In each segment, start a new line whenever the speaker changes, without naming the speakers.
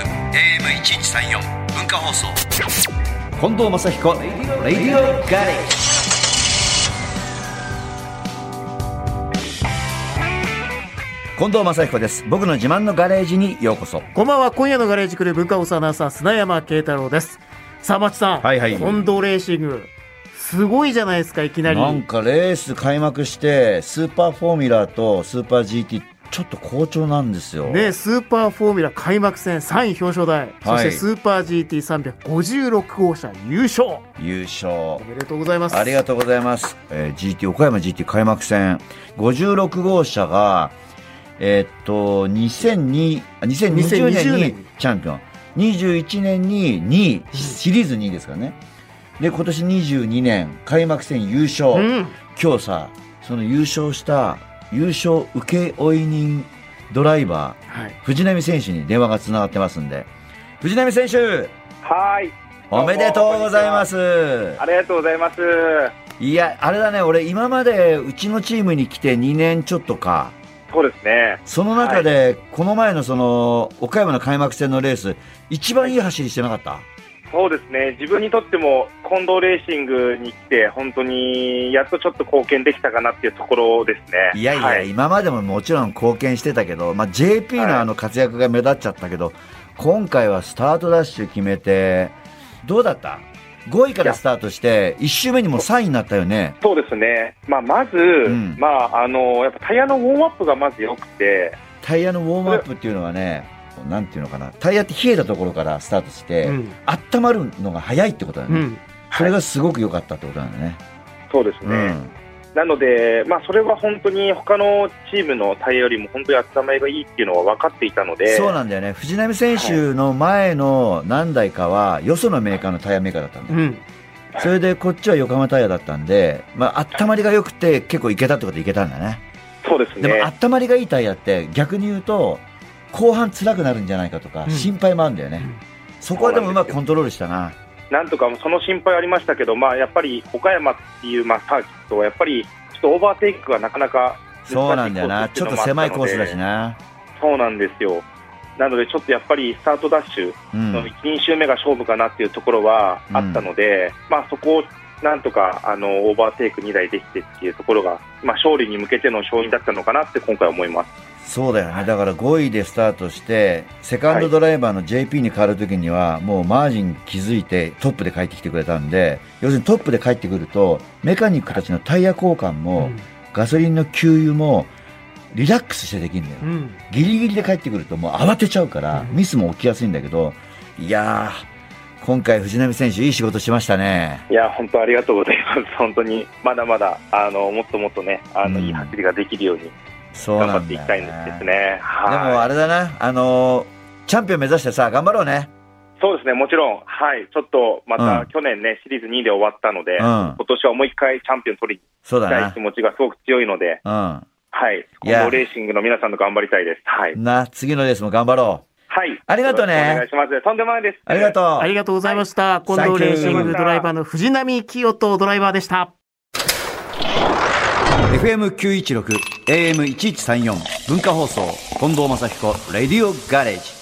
FM916 AM1134 文化放送
近藤正彦レディオガレージ近藤正彦です僕の自慢のガレージにようこそ
こんばんは、今夜のガレージクルー文化放送アナウンサー、砂山慶太郎です。さあ、町さん、
はいはい
近藤レーシング、すごいじゃないですか、いきなり。
なんかレース開幕してスーパーフォーミュラーとスーパー GT ちょっと好調なんですよ
ね、スーパーフォーミュラ開幕戦3位表彰台、そ
は
し
い
てスーパー GT356 号車優勝
優勝
おめでとうございます
ありがとうございます、えー GT 岡山 GT 開幕戦56号車がえーっと2002あ2020
2020
年
年
に
に
チャンピオン21年に2位シリーズ2位ですからねで今年22年開幕戦優勝、
うん
今日さその優勝した優勝請負人ドライバー
はい、
藤波選手に電話がつながってますんで藤波選手
はい。
おめでとうございます
ありがとうございます。
いやあれだね俺今までうちのチームに来て2年ちょっとか
そうですね。
その中で、この前のその岡山の開幕戦のレース一番いい走りしてなかった
そうですね。自分にとっても、近藤レーシングに来て、本当に、やっとちょっと貢献できたかなっていうところですね。
いやいや、
はい、
今までももちろん貢献してたけど、まあ、JP
はい
のあの活躍が目立っちゃったけど、今回はスタートダッシュ決めて、どうだった ?5 位からスタートして、1周目にもう3位になったよね。
そうですね。まあ、まず、
ん
まあ、あの、やっぱタイヤのウォームアップがまず良くて、
タイヤのウォームアップっていうのはね、なんていうのかな、タイヤって冷えたところからスタートして、
うん
温まるのが早いってことだよ
う
ね。
ん、
それがすごく良かったってことなんだね。
そうです
う
ね。
ん。
なので、まあ、それは本当に他のチームのタイヤよりも本当に温まりがいいっていうのは分かっていたので、
そうなんだよね。藤波選手の前の何台かは、よそのメーカーのタイヤメーカーだったんだよ
うん、
それでこっちは横浜タイヤだったんで、まあ、温まりが良くて結構いけたってことでいけたんだね。
そうです
でも
ね。
温まりがいいタイヤって逆に言うと、後半辛くなるんじゃないかとか
うん
心配もあるんだよね。
うん
そこはでもうまくコントロールしたな。
なんとかその心配ありましたけど、まあ、やっぱり岡山っていう、まあ、サーキットは、やっぱりちょっとオーバーテイクがなかなか
そうなんだよな。
難し
ち
い
ょっ
コース
と
てうの
狭
もあっ
い
た
コ
の
ー
で
スだしな。
そうなんですよ、なのでちょっとやっぱりスタートダッシュ
う
の
ん。
1、2周目が勝負かなっていうところは
うん
あったので、まあ、そこをなんとかあのオーバーテイク2台できてっていうところが、まあ、勝利に向けての勝因だったのかなって今回思います。
そうだよね。だから5位でスタートして、セカンドドライバーの JP に変わるときには、もうマージン気づいてトップで帰ってきてくれたんで、要するにトップで帰ってくると、メカニックたちのタイヤ交換も、ガソリンの給油もリラックスしてできるんだよ、
うん、
ギリギリで帰ってくるともう慌てちゃうから
うん
ミスも起きやすいんだけどいやー今回藤波選手いい仕事しましたね
いや本当ありがとうございます、本当にまだまだあのもっともっとねあの、
うん
いい走りができるように
そう
頑張
な
っ
ん
て
だ
い
よ
きたいんです
ね、
ね。
で
はい
もあれだなあのーチャンピオン目指してさ頑張ろうね
そうですね、もちろん、はい、ちょっとま
う
た
ん
去年ね、シリーズ2で終わったの
うん
で、今年はもう一回チャンピオン取り
そうだ
たい気持ちがすごく強いので、
な
はい、
い
今
や
後レーシングの皆さんの頑張りたいです。はい
うん。な次のレースも頑張ろう
はい。
ありがとうね
よろしくお願いします。とんでもないです。
ありがとう、
ありがとうございました、近藤レーシングドライバーの藤波清人ドライバーでした。
FM916 AM1134 文化放送近藤正彦レディオガレージ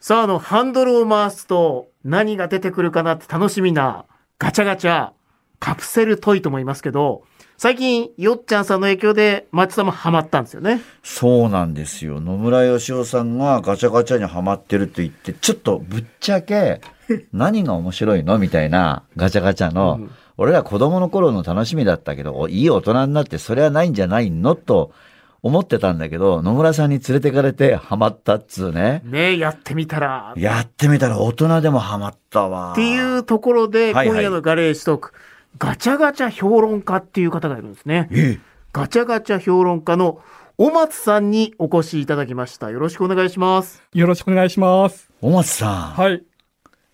さあ、あの、ハンドルを回すと何が出てくるかなって楽しみなガチャガチャ、カプセルトイとも言いますけど、最近、よっちゃんさんの影響で、松さんもハマったんですよね。
そうなんですよ。野村義雄さんがガチャガチャにはまってると言って、ちょっとぶっちゃ け、何が面白いのみたいなガチャガチャの、
うん
俺ら子供の頃の楽しみだったけど、おいい大人になってそれはないんじゃないのと思ってたんだけど、野村さんに連れてかれてハマったっつうね。
ねやってみたら。っ
やってみたら大人でもハマったわ。
ていうところで、
は
今
いはい
夜のガレージトーク、ガチャガチャ評論家っていう方がいるんですね。
え
ガチャガチャ評論家の小松さんにお越しいただきました。よろしくお願いします。
よろしくお願いします。
お松さん、
はい。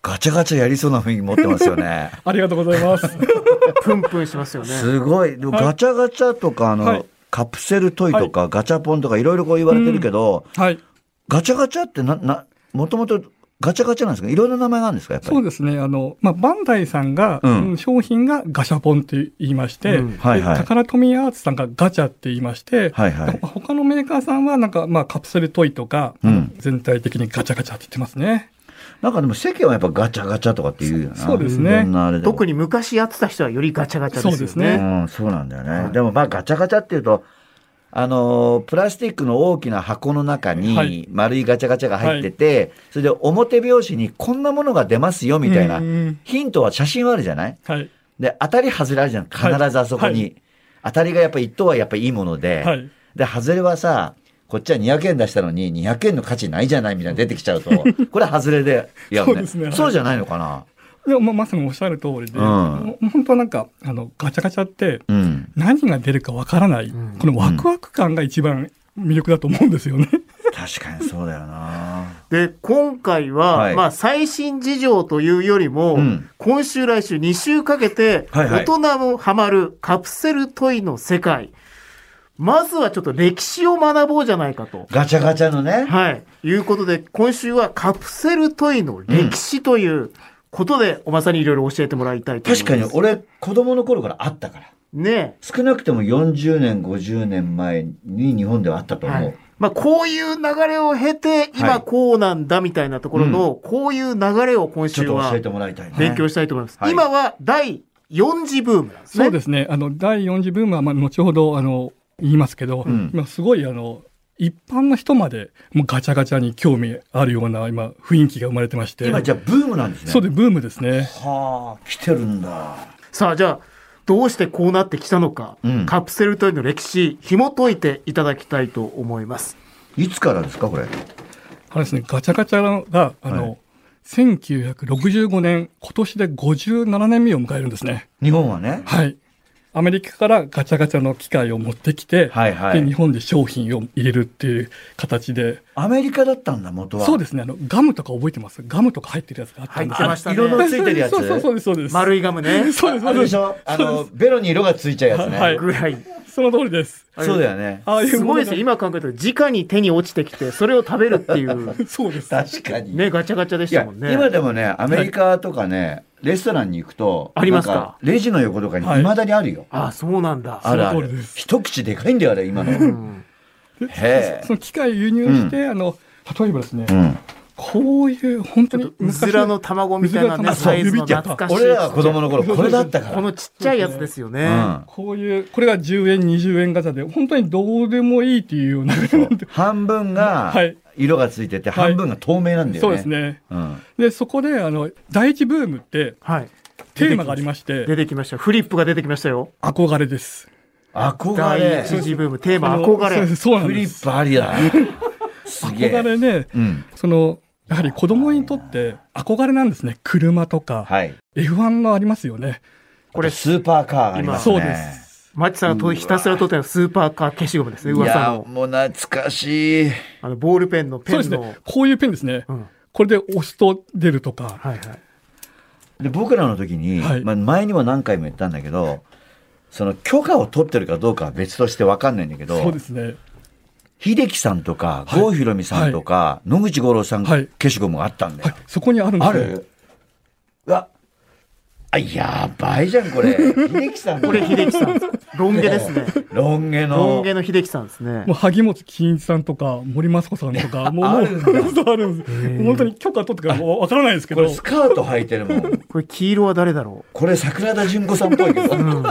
ガチャガチャやりそうな雰囲気持ってますよね。
ありがとうございます。
プンプンしますよね。
すごい。でも
はい
ガチャガチャとか、あの、
はい
カプセルトイとか、ガチャポンとかいろいろこう言われてるけど、
はい。
ガチャガチャってな、な、もともとガチャガチャなんですかいろんな名前があるんですかやっぱり。
そうですね。あの、まあ、バンダイさんが、
うん
うん商品がガシャポンって言いまして、
うん
はいはい
で宝富アーツさんがガチャって言いまして、
はいはい。
他のメーカーさんは、なんか、まあ、カプセルトイとか、
うん
全体的にガチャガチャって言ってますね。
なんかでも世間はやっぱガチャガチャとかって言うよな。
そうですね
いろんなあれでも
特に昔やってた人はよりガチャガチャですよね。
そうですね
うん、そうなんだよね。
はい
でもまあガチャガチャっていうと、あのープラスチックの大きな箱の中
はい
に丸いガチャガチャが入ってて、それで表表紙にこんなものが出ますよみたいな
うん。うん
ヒントは写真はあるじゃない
はい。
で、当たり外れあるじゃん。必
はい
ずあそこに。
は
当たりがやっぱ一等はやっぱいいもので、
はい。
で、外れはさ、こっちは200円出したのに200円の価値ないじゃないみたいなの出てきち ゃうと、これは外れで、いや、
そうですねはい
そうじゃないのかな。
でも、まあ、まさにおっしゃる通りで、
うん
もう本当はなんか、あの、ガチャガチャって、
うん。
何が出るかわからない、
うん
このワクワク感が一番魅力だと思うんですよね。
確かにそうだよな。
で、今回は、
はい
まあ、最新事情というよりも、
うん
今週来週2週かけて、
はいは
大
い
人もハマるカプセルトイの世界。まずはちょっと歴史を学ぼうじゃないかと。
ガチャガチャのね。
はい。いうことで、今週はカプセルトイの歴史ということで、おまさにいろいろ教えてもらいたいと思い
確
ます。
かに俺、子供の頃からあったから。
ね
少なくても40年、50年前に日本ではあったと思う。
はいまあ、こういう流れを経て、
は
今
い
こうなんだみたいなところの、こういう流れを今
ちょっ
週
と
は
教えてもらいたいね。
勉強したいと思います。
はい
今は第4次ブームなんですね。
そうですね。あの、第4次ブームは、まあ、後ほど、あの、言いますけど、
うん
今すごい、あの、一般の人まで、もうガチャガチャに興味あるような、今、雰囲気が生まれてまして。
今じゃあブームなんですね。
そうで、ブームですね。
はあ、来てるんだ。
さあ、じゃあ、どうしてこうなってきたのか、
うん
カプセルトイの歴史、紐解いていただきたいと思います。
いつからですか、これ。
あれですね、ガチャガチャが、あの、
はい
1965年、今年で57年目を迎えるんですね。
日本はね。
はい。アメリカからガチャガチャの機械を持ってきて、
はいは
で、日
い。
本で商品を入れるっていう形で、
アメリカだったんだ、元は。
そうですね、あの、ガムとか覚えてますガムとか入ってるやつがあった
入
ん
っ
で
てましたね。
色のついてるやつ
そうそうそうです、そうです。
丸いガムね。
そうで
あ
す、そう
れ
で
ですし。ょあの、ベロに色がついちゃうやつね。
はい
ぐらい。
その通りです。
そうだよね。
ああいう
す
もの
ご
が
いですね。今考えたら、直に手に落ちてきて、それを食べるっていう、
そうです。
確かに。
ね、ガチャガチャでし
い
た
や
もんね。
今でもね、アメリカとかね、レストランに行くと、
ありますか
なんレジの横とかに
はい
いまだにあるよ。
ああ、そうなんだ。
あるあ
その
る
通りです
一口でかいんだよ、あれ、今の。
うん
へえ
その機械輸入して、あの、例えばですね、
うん。
こういう、本当
ちょっ
に
とうずらの卵みたいなね、
うずら
サ
の卵
イズの懐かしい。
俺らが子供の頃、これだったか
こ
ら。
のちっちゃいやつですよね。
うん
こういう、これが10円、20円ガチャで、本当にどうでもいいっていうような。
半分が
はい
色がついてて、
はい
半分が透明なんだよね。
そうです。ね。
うん。
で、そこで、あの、第一ブームって、
はい。
テーマがありまし
出
て、
てきました。フリップが出てきましたよ。
憧れです。
憧
第
れ。
一
フ
次ブーム、テーマ、
あの
憧
そう
れ。
そうなん
リ
で
ッ
す。
プありだ。 すげ
憧
え。
れね、
うん。
その、やはり子供にとって憧れなんですね。車とか、
はい。
F1 のありますよね。
これ、
スーパーカーがありますね。
そうです。
マッチさんがとひたすら撮ったのはスーパーカー消しゴムですね。
い
噂
や、
の。
もう懐かしい。
あの、ボールペンの
そう
ペ
で
ン
す
の。
ね。こういうペンですね
う。ん。
これで押すと出るとか。
はいはい。
で僕らの時に、
はい
まあ、前にも何回も言ったんだけどその許可を取ってるかどうかは別として分かんないんだけ
そう
ど
ですね。
秀樹さんとか
はい
郷ひろみさんとか、野口五郎さん、
はい
消しゴムがあったんだ
はい
よ。、
そこにあるんで
あ
すね。
るうわあやばいじゃんこ れ秀樹さん
これ、秀樹さん。 ロン毛ですね。
ロン毛
ロン
の
毛の秀樹さんですね
もう。萩本欽一さんとか森マ子さんとか、もう、も
あ
う、
るんだ
そうあるんです。本当に許可取ってからもうわからないですけ
こ
ど、
れスカート履いてるもん
これ、黄色は誰だろ
これ桜田淳子さんっぽいけど
う。うん。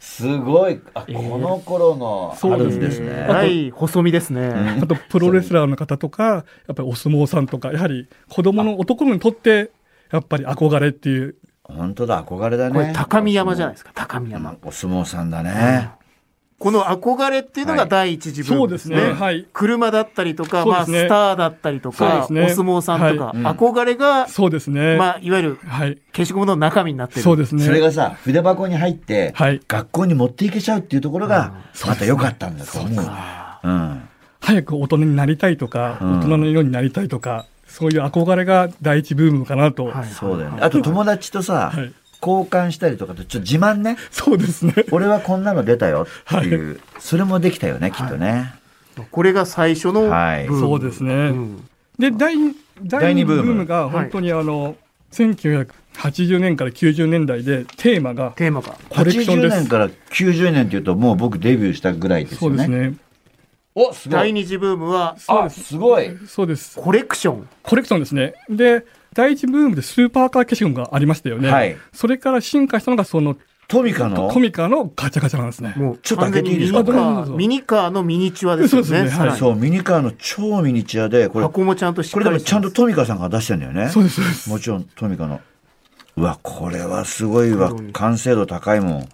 すごいあこの頃のあるんですね、
はい、細身ですね。
あとプロレスラーの方とか、やっぱりお相撲さんとか、やはり子供の男の子にとって、やっぱり憧れっていう、
本当だ憧れだね
これ、高見山じゃないですか。高見山。
お相撲さんだね、
この憧れっていうのが
はい
第一次ブー
そう
ム
で
ですす
ね、
ね。
はい。
車だったりとか、
そう
ま
で
あ、
すね
スターだったりとか、お
そう
相
ですね
撲さんとか、
はい
うん
憧れが、
そうですね。
まあ、いわゆる
はい。
消しゴムの中身になってる。
そうですね。
それがさ筆箱に入って、
はい
学校に持っていけちゃうっていうところが
そう
また
ですね
良かったんだと思う
そうか
うん、
早く大人になりたいとか、
うん
大人のようになりたいとか、そういう憧れが第一ブームかなと。
はいはい
そうだよねあと友達とさ、
はい
交換したりとかとちょっと自慢ね
そうで すね。
俺はこんなの出たよっていう、それもできたよねきっとね、
これが最初のブーム。
はい
そうですね。
うん
で第第
第
2
二
ブ
ブーム
ームが本当にあの、1980年から90年代でテーマが
テーマが。
コレクション
80
で
年
す。
から90年っていうと、もう僕デビューしたぐらいです
そ
よ
うです
ね。
ね。
お、すご
第
い。
二次ブームは
あ、すごい。
そうです。
コレクション。
コレクションですね。で、第一ブームでスーパーカー消しゴムがありましたよね。
はい
それから進化したのがその
トミカの
コミカのガチャガチャなんですね。
もう
ちょっと開けていいですか
完全にミニ
どうぞどう
カー
ぞ
ミニカーのミニチュアですよね。
そうですね
さらに
そう、ミニカーの超ミニチュアで、これ、こ
箱もちゃんとしっか
れ
り
でもちゃんと
して
トミカさんが出してんだよね。
そうです、そうです。
もちろんトミカの。うわ、これはすごいわ
黒い。
完成度高いもん。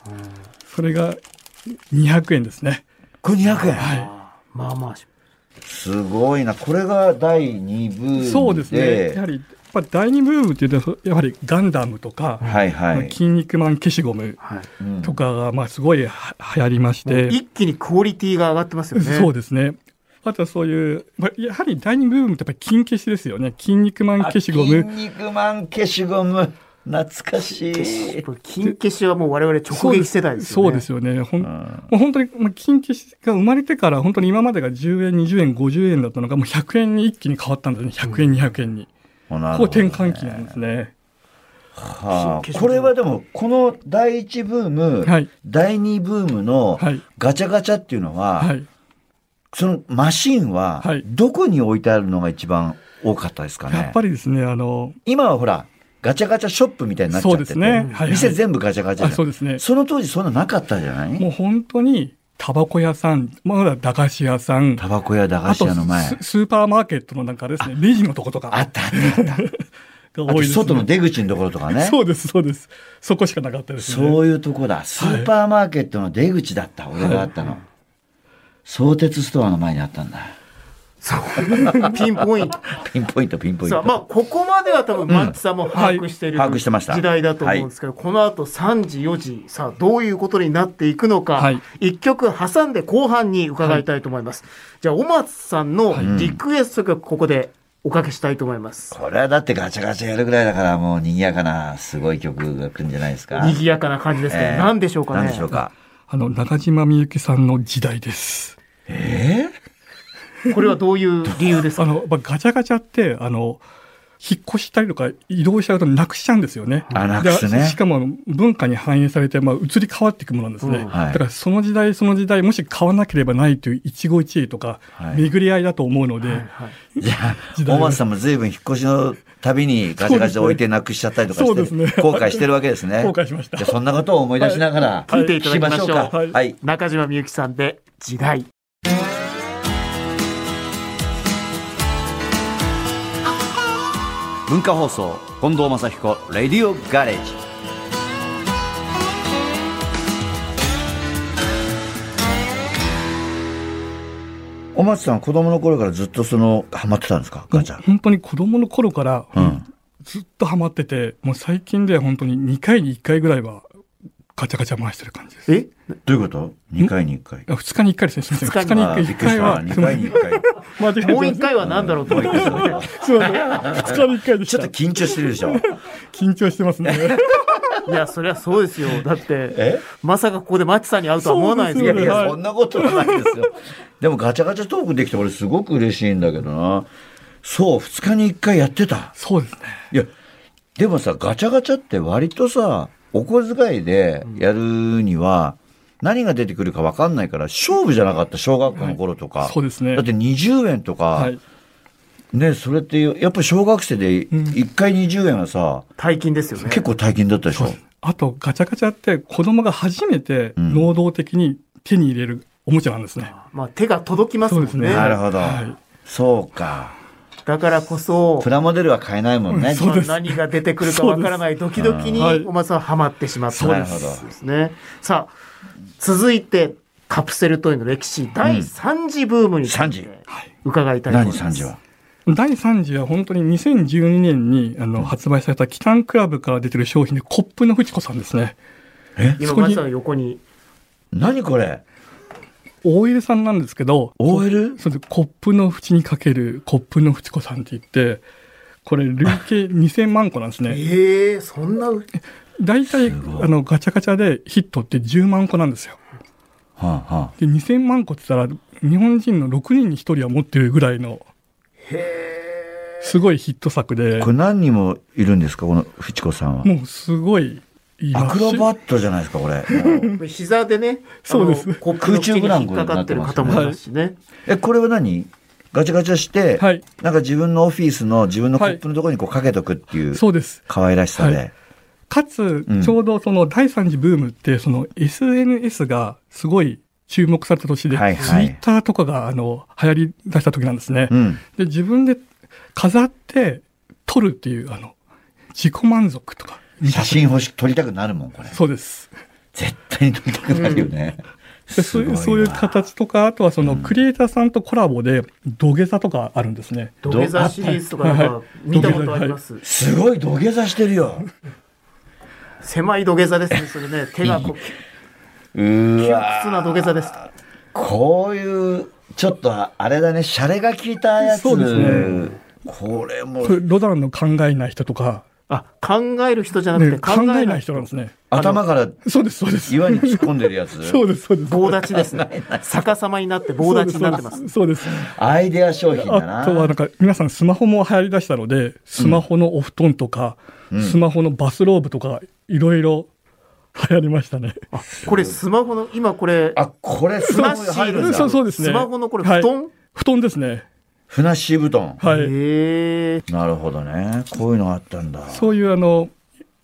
それが200円ですね。
これ200円。
はい。
ますまあまあ。
すごいな。これが第2部で。
そうですね。やはり、やっぱり第二ブームっていうと、やはりガンダムとか、
はいはい。
筋肉マン消しゴム
はい。
うん
とかが、まあ、すごいは流行りまし
もう
て、
一気にクオリティが上がってますよね。
そうですね。あとはそういう、まあやはり第二ブームってやっぱり金消しですよね。筋肉マン消しゴ
あ
ム。
筋肉マン消しゴム。懐かしい。
これ金消しはもう我々直撃世代ですよね。
そうですよね。ほん
うん
もう本当に、まあ、金消しが生まれてから、本当に今までが10円、20円、50円だったのが、もう100円に一気に変わったんですね。100円、200円に。ここ転換期なんですね。
はあこれはでも、この第1ブーム、
はい
第2ブームの
はい
ガチャガチャっていうのは、
はい。
そのマシンは
はい、
どこに置いてあるのが一番多かったですかね。
やっぱりですね、あの、
今はほら、ガチャガチャショップみたいになっちゃってて、
そうですねはいはい
店全部ガチャガチャ
あ
じゃ
そうんですね。
その当時そんななかったじゃな
も
いう
本当に、タバコ屋さん、まだ駄菓子屋さん、
タバコや駄菓
あ
子
と
屋の前。
ススーパーマーケットの中ですね、レジのとことか
あ
が
ったあっ たあった。あ
多い
と
です、ね。
外の出口のところとかね。
そうです、そうです。そこしかなかったですね。
そういうとこだ。スーパーマーケットの出口だった、俺があったの。相鉄ストアの前にあったんだ。
そう。 ピンポイント。
ピンポイント、ピンポイン
さあ、
ト。
まあ、ここまでは多分、マッチさんも把握している、
はい把握してました
時代だと思うんですけど、この後3時、4時、さあ、どういうことになっていくのか、
はい
一曲挟んで後半に伺いたいと思います。じゃあ、お松さんのリクエスト曲、ここでおかけしたいと思います。
これはだってガチャガチャやるぐらいだから、もう賑やかな、すごい曲が来るんじゃないですか。
賑やかな感じですけど、
えー
何でしょうかね。
何でしょうか。
あの、中島みゆきさんの時代です。
え
これはどういう理由です
あ
か
の、まあ、ガチャガチャって、あの、引っ越したりとか移動しちゃうとなくしちゃうんですよね。
あなくすね
でしかもあの文化に反映されて、まあ、移り変わっていくものなんですね。
うん
はい
だからその時代その時代、もし買わなければないという一期一会とか、
はい
巡り合いだと思うので、
ーじゃあ、大松さんも随分引っ越しの旅にガチャガチャ置いてなくしちゃったりとかして、
そうですね
後悔してるわけです ね。
後悔しました
じゃあそんなことを思い出しながら、
聞いていただきましょ
聞
う
きましょうか。
は
はいい。
中島みゆきさんで、時代。
文化放送近藤正彦レディオガレージ
大松さん、子供の頃からずっとその、ハマってたんですかガチャ。
本当に子供の頃から、
うん
ずっとハマってて、もう最近では本当に2回に1回ぐらいはガチャガチャ回してる感じです。
え
どういうこと二回に一回。
あ2日に1回ですね。すみません。2日に
あーび
1
っくりし
回
た。
は。
二 回に一回。
間違えて
もう一回は何だろうと思ってますね。
そうね。2日に1回でし
ちょったと。緊張してるでしょ。
緊張してますね。
いや、そりゃそうですよ。だって
え、
まさかここでマッチさんに会うとは思わないです
い
け
や
ど。
い
は
や、
い
そんなことはないですよ。でもガチャガチャトークできて俺すごく嬉しいんだけどな。そう、二日に一回やってた。
そうですね。
いや、でもさ、ガチャガチャって割とさ、お小遣いでやるには、何が出てくるか分かんないから、勝負じゃなかった、小学校の頃とか。
そうですね
だって20円とか、
はい。
ね、それって、やっぱり小学生で1回20円はさ、
大金ですよね。
結構大金だったでしょ。
あと、ガチャガチャって子供が初めて
ん
能動的に手に入れるおもちゃなんですね。
まあ、手が届きますもんね
そうですね
なるほど。
はい
そうか。
だからこそ
プ、ラモデルは買えないもんね。
そうです
まあ何が出てくるかわからないドキドキに
はい
お松さんはハマってしまった
そうです
ということですね。さあ、続いて、カプセルトイの歴史、第3次ブームについ
3
て
時。
伺いたいと思い
何
ます。
3時は
第3次は本当に2012年にあの発売されたキタンクラブから出てる商品でコップのフチコさんですね。
今、
そこに
松さんの横に、
何これ
OL さんなんですけど、
?OL?
そうですコップの縁にかけるコップのフチコさんって言って、これ累計2000万個なんですね。
ええそんな、
大体、あの、ガチャガチャでヒットって10万個なんですよ。
はあ、は
で、2000万個って言ったら、日本人の6人に1人は持ってるぐらいのすごいヒット作で、
これ何人もいるんですか、このフチコさんは。
もうすごいい
ア
ます
ク
し
ロバットじゃないですか、これ。もう
膝でね、
そうです
あのコップの縁に引っかかってる方もいますしね。
え、これは何ガチャガチャして、
はい
なんか自分のオフィスの自分のコップのところにこうかけとくっていう、
そうです。
可愛らしさで。
はかつ
うん、
ちょうどその第3次ブームって、その SNS がすごい注目された年で、ツイ
はいはい
ッターとかがあの流行り出した時なんですね。
うん。
で、自分で飾って撮るっていう、あの、自己満足とか。
写真欲し、撮りたくなるもん、これ。
そうです。
絶対に撮りたくなるよね。
でそういう、
すご
そうい
な
う形とか、あとはそのクリエイターさんとコラボで土下座とかあるんですね。
土下座シリーズとかなんか見たことあります。
すごい土下座してるよ。
狭い土下座ですね、それね。手がこう、
う
窮
わ
屈な土下座です。
こういう、ちょっとあれだね、シャレが効いたやつ。
そうですね
これも
これロダンの考えない人とか、
あ、考える人じゃなくて
ね、
考
考
え
え
な
ないい
人。
人なんですね。
頭から
そうです、そうです。
岩に突っ込んでるやつ。
そうです、そうです。
棒立 ちですね。逆さまになって棒立ちになってます。
そうです。そうです
アイデア商品だな。
あとはなんか、皆さんスマホも流行りだしたので、スマホのお布団とか、スマホのバスローブとか、いろいろ流行りましたね。
これスマホの、今これ、
あ、これスマホに入るんだ。
そうそうですね。
スマホのこれ、
はい
布団、
布団ですね。
ふなっしー布団。
はい。
へえ。
なるほどね。こういうのがあったんだ。
そういうあの、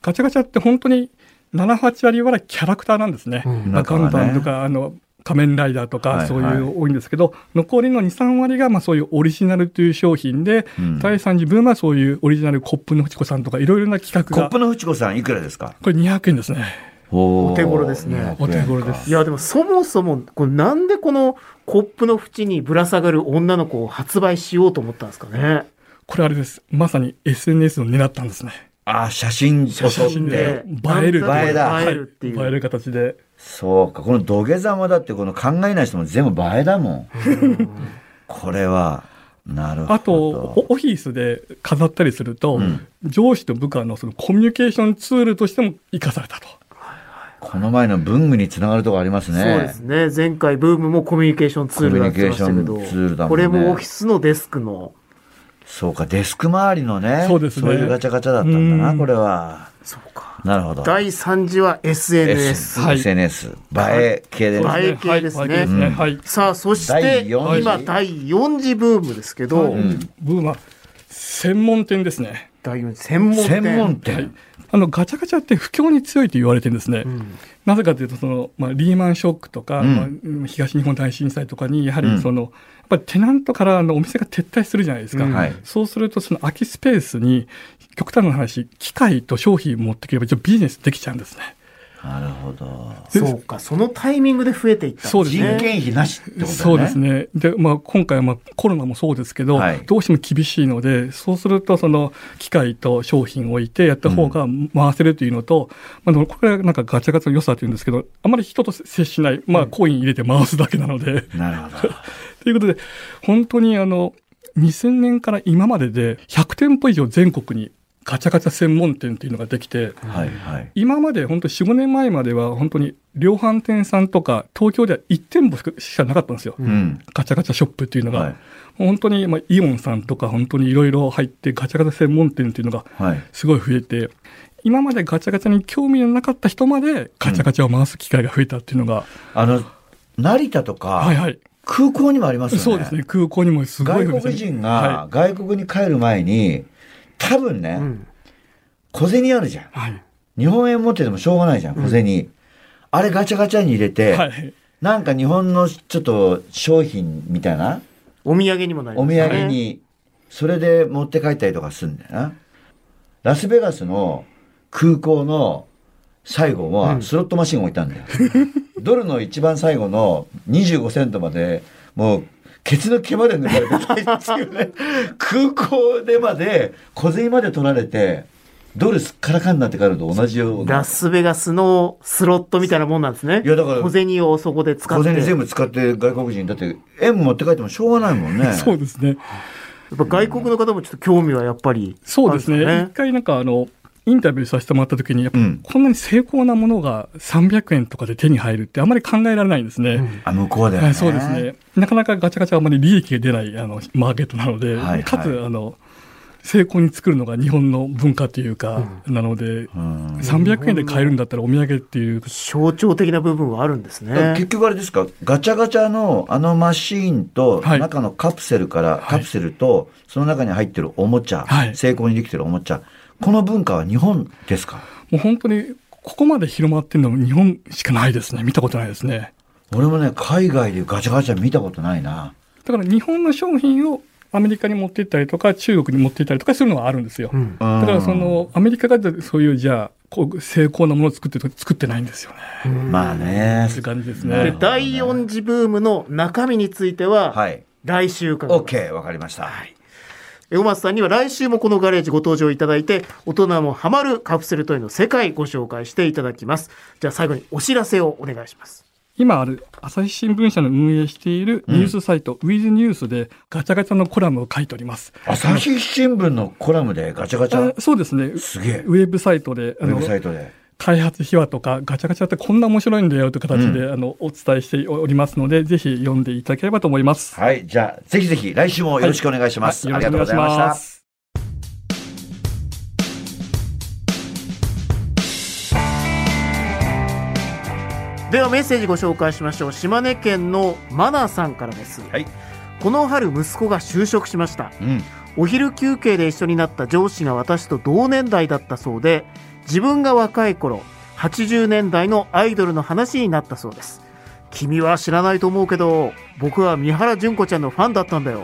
ガチャガチャって本当に7、8割はキャラクターなんですね。
うん
まあ
中
ガ
はね
ンダムとか、あの、仮面ライダーと
はいは
か、
い
そういう多いんですけど、残りの2、3割が、まあそういうオリジナルという商品で、
うん
第3次ブームはそういうオリジナルコップのフチコさんとか、いろいろな企画
コッ
が、
プのフチコさんいくらですか
これ200円ですね。
お
お手頃ですね
お手頃です
いや、でもそもそも、これなんでこのコップの縁にぶら下がる女の子を発売しようと思ったんですかね。
これあれです。まさに SNS を狙ったんですね。
あ、写真を撮
写
っ
真
て
で。
なんとなく
映える
映えだ
映えるっていう。
映える形で。
そうか。この土下座もだって、この考えない人も全部映えだもん。これは、なるほど。
あと、オオフィスで飾ったりすると、
うん
上司と部下のそのコミュニケーションツールとしても生かされたと。
この前の文具につながるとこありますね。
そうですね。前回ブームもコミュニケーションツールだって言ってましたけ
コ
ど、
ミュニケーションツールだもんね
これもオフィスのデスクの、
そうか、デスク周りのね。
そうですね
いうガチャガチャだったんだ
う
な、
ん
これは。
そうか。
なるほど。
第3次は SNS。
はい
SNS。映え系です。
映え系ですね
はい映え系
うん
はい。
さあ、そして、
第四次
今、第4次ブームですけど、
ん
ブーマー、専門店ですね。
第4次専門店。
専門
は
店
い。。あの、ガチャガチャって不況に強いと言われてるんですね。
うん
なぜかというと、その、まあ、リーマンショックとか、
うん
まあ、東日本大震災とかに、やは
うん
りその、やっぱりテナントからあのお店が撤退するじゃないですか。
うん
はい
そうすると、その空きスペースに、極端な話、機械と商品持ってければ、一応ビジネスできちゃうんですね。
なるほど。
そうか、そのタイミングで増えていったん
そう
で
ですす
人
ね。
件費なしってことだね。
そうですね。で、まあ、今回はまあコロナもそうですけど、
はい
どうしても厳しいので、そうすると、その、機械と商品を置いてやった方が回せるというのと、まあ、でもこれはなんかガチャガチャの良さというんですけど、あまり人と接しない、まあ、コイン入れて回すだけなので、
なるほど。
ということで、本当にあの、2000年から今までで100店舗以上全国にガチャガチャ専門店というのができて、
はいはい。
今まで本当4、5年前までは本当に量販店さんとか東京では1店舗しかしかなかったんですよ。
うん。
ガチャガチャショップっていうのが、
はい
本当に、まあ、イオンさんとか本当にいろいろ入ってガチャガチャ専門店っていうのが
はい。
すごい増えて、今までガチャガチャに興味のなかった人までガチャガチャを回す機会が増えたっていうのが、
あの、成田と
はい
か、
はい。
空港にもありますよね。
そうですね。空港にもすごい
外
増えました
国
ね
人
は
が外国に帰る前に、多分
う
ね、
ん
小銭あるじゃん。
い。はい。
日本円持っててもしょうがないじゃん、小銭。あれガチャガチャに入れて、
はい。
なんか日本のちょっと商品みたいな、
お土産にもなり
お
ます
土
ね。
産。に、それで持って帰ったりとかするんだよな。ラスベガスの空港の最後はスロットマシン置いた んだよ。ドルの一番最後の25セントまで、もう、ケツの毛まで抜かれてたっていうね。空港でまで、小銭まで取られて、ドルすっからかんになって帰ると同じような
ラ。スベガスのスロットみたいなもんなんですね。
いやだから
小銭をそこで使っ
小
て。
銭全部使って外国人、だって円持って帰ってもしょうがないもんね。
そうですね。
やっぱ外国の方もちょっと興味はやっぱり、
そうですね。一、
ね。
回なんかあの、インタビューさせてもらった時に、やっぱ
うん
こんなに精巧なものが300円とかで手に入るってあまり考えられないんですね。
あ、向こうだよ
は
ね。
い、そうですね。なかなかガチャガチャあまり利益が出ないあのマーケットなので、
はいはい
かつあの成功に作るのが日本の文化というか、なので、
うん
300円で買えるんだったらお土産っていう、
象徴的な部分はあるんです
だから結
ね。
局あれですか、ガチャガチャのあのマシーンと、
はい
中のカプセルから、カプセルと、その中に入ってるおもちゃ、
はい
成功にできてるおもちゃ、この文化は日本ですか
もう本当にここまで広まってるのも日本しかないですね。見たことないですね。
俺もね、海外でガチャガチャ見たことないな。
だから日本の商品をアメリカに持って行ったりとか、中国に持って行ったりとかするのはあるんですよ。
うん
だからその、アメリカがそういう、じゃあ、こう、成功なものを作ってると、作ってないんですよね。
うん、まあね
とい、う感じです
なる
ね
ほ。ど
第4次ブームの中身については、
はい。
来週から。
OK、わかりました。
え小松さんには来週もこのガレージご登場いただいて、大人もハマるカプセルトイの世界ご紹介していただきます。じゃあ最後にお知らせをお願いします。
今ある、朝日新聞社の運営しているニュースサイト、ウィズニュースでガチャガチャのコラムを書いております。
朝日新聞のコラムでガチャガチ
あ
ャ、
そうですね。
すげえ。
ウェブサイトで、
ウ
あ
ェ
の
ブ、サイトで。
開発秘話とかガチャガチャってこんな面白いんだよという形で、あの、お伝えしておりますので、ぜひ読んでいただければと思います。
はい、じゃあ、ぜひぜひ来週もよろしくお願いします。
はい
ありがとうござい
よ
ま
ろ
し
しくお願
た
いしま。す
ではメッセージご紹介しましょう。島根県のマナさんからです。
はい
この春息子が就職しました。
うん。
お昼休憩で一緒になった上司が私と同年代だったそうで自分が若い頃80年代のアイドルの話になったそうです君は知らないと思うけど僕は三原純子ちゃんのファンだったんだよ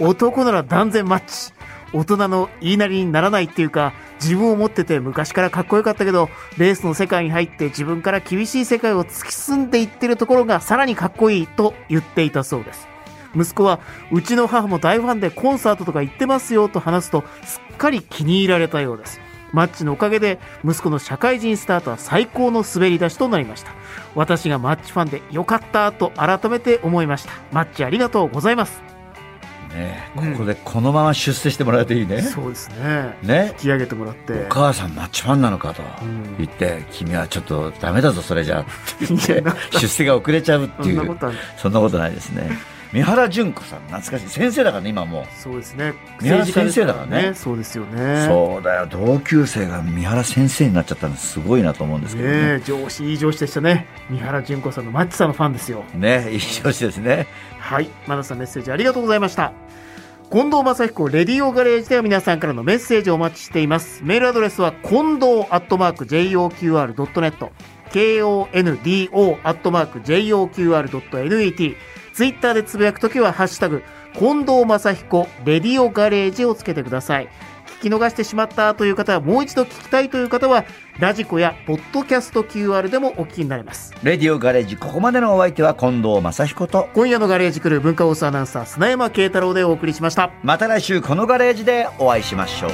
男なら断然マッチ大人の言いなりにならないっていうか自分を持ってて昔からかっこよかったけどレースの世界に入って自分から厳しい世界を突き進んでいってるところがさらにかっこいいと言っていたそうです息子はうちの母も大ファンでコンサートとか行ってますよと話すとすっかり気に入られたようですマッチのおかげで息子の社会人スタートは最高の滑り出しとなりました私がマッチファンでよかったと改めて思いましたマッチありがとうございます
ね
うん
ここでこのまま出世してもらうといいね。
そうですね
ね
引。き上げてもらって
お母さんマッチファンなのかと
うん
言って、君はちょっとダメだぞ、それじゃあって言っ
いや
て
な、
出世が遅れちゃうって
そん
い
なこ
う、
とはない
そんなことないですね。三原淳子さん、懐かしい。先生だからね、今もう。
そうですね
三原
政治家です
先生だからね
そうですよね
そうだよ、同級生が三原先生になっちゃったのすごいなと思うんですけどね。
ねえ上司いい上司でしたね三原純子さんのマッチさんのファンですよ
ね、一緒ですね。
はい、マナさんメッセージありがとうございました。近藤正彦レディオガレージでは皆さんからのメッセージをお待ちしています。メールアドレスは近藤アットマーク JOQR.net、KONDO アットマーク JOQR.net、ツイッターでつぶやくときはハッシュタグ、近藤正彦レディオガレージをつけてください。聞き逃してしまったという方は、もう一度聞きたいという方は、ラジコやポッドキャスト QR でもお聞きになれます。
レディオガレージ、ここまでのお相手は近藤正彦と、
今夜のガレージクルー文化放送アナウンサー、砂山慶太郎でお送りしました。
また来週このガレージでお会いしましょう。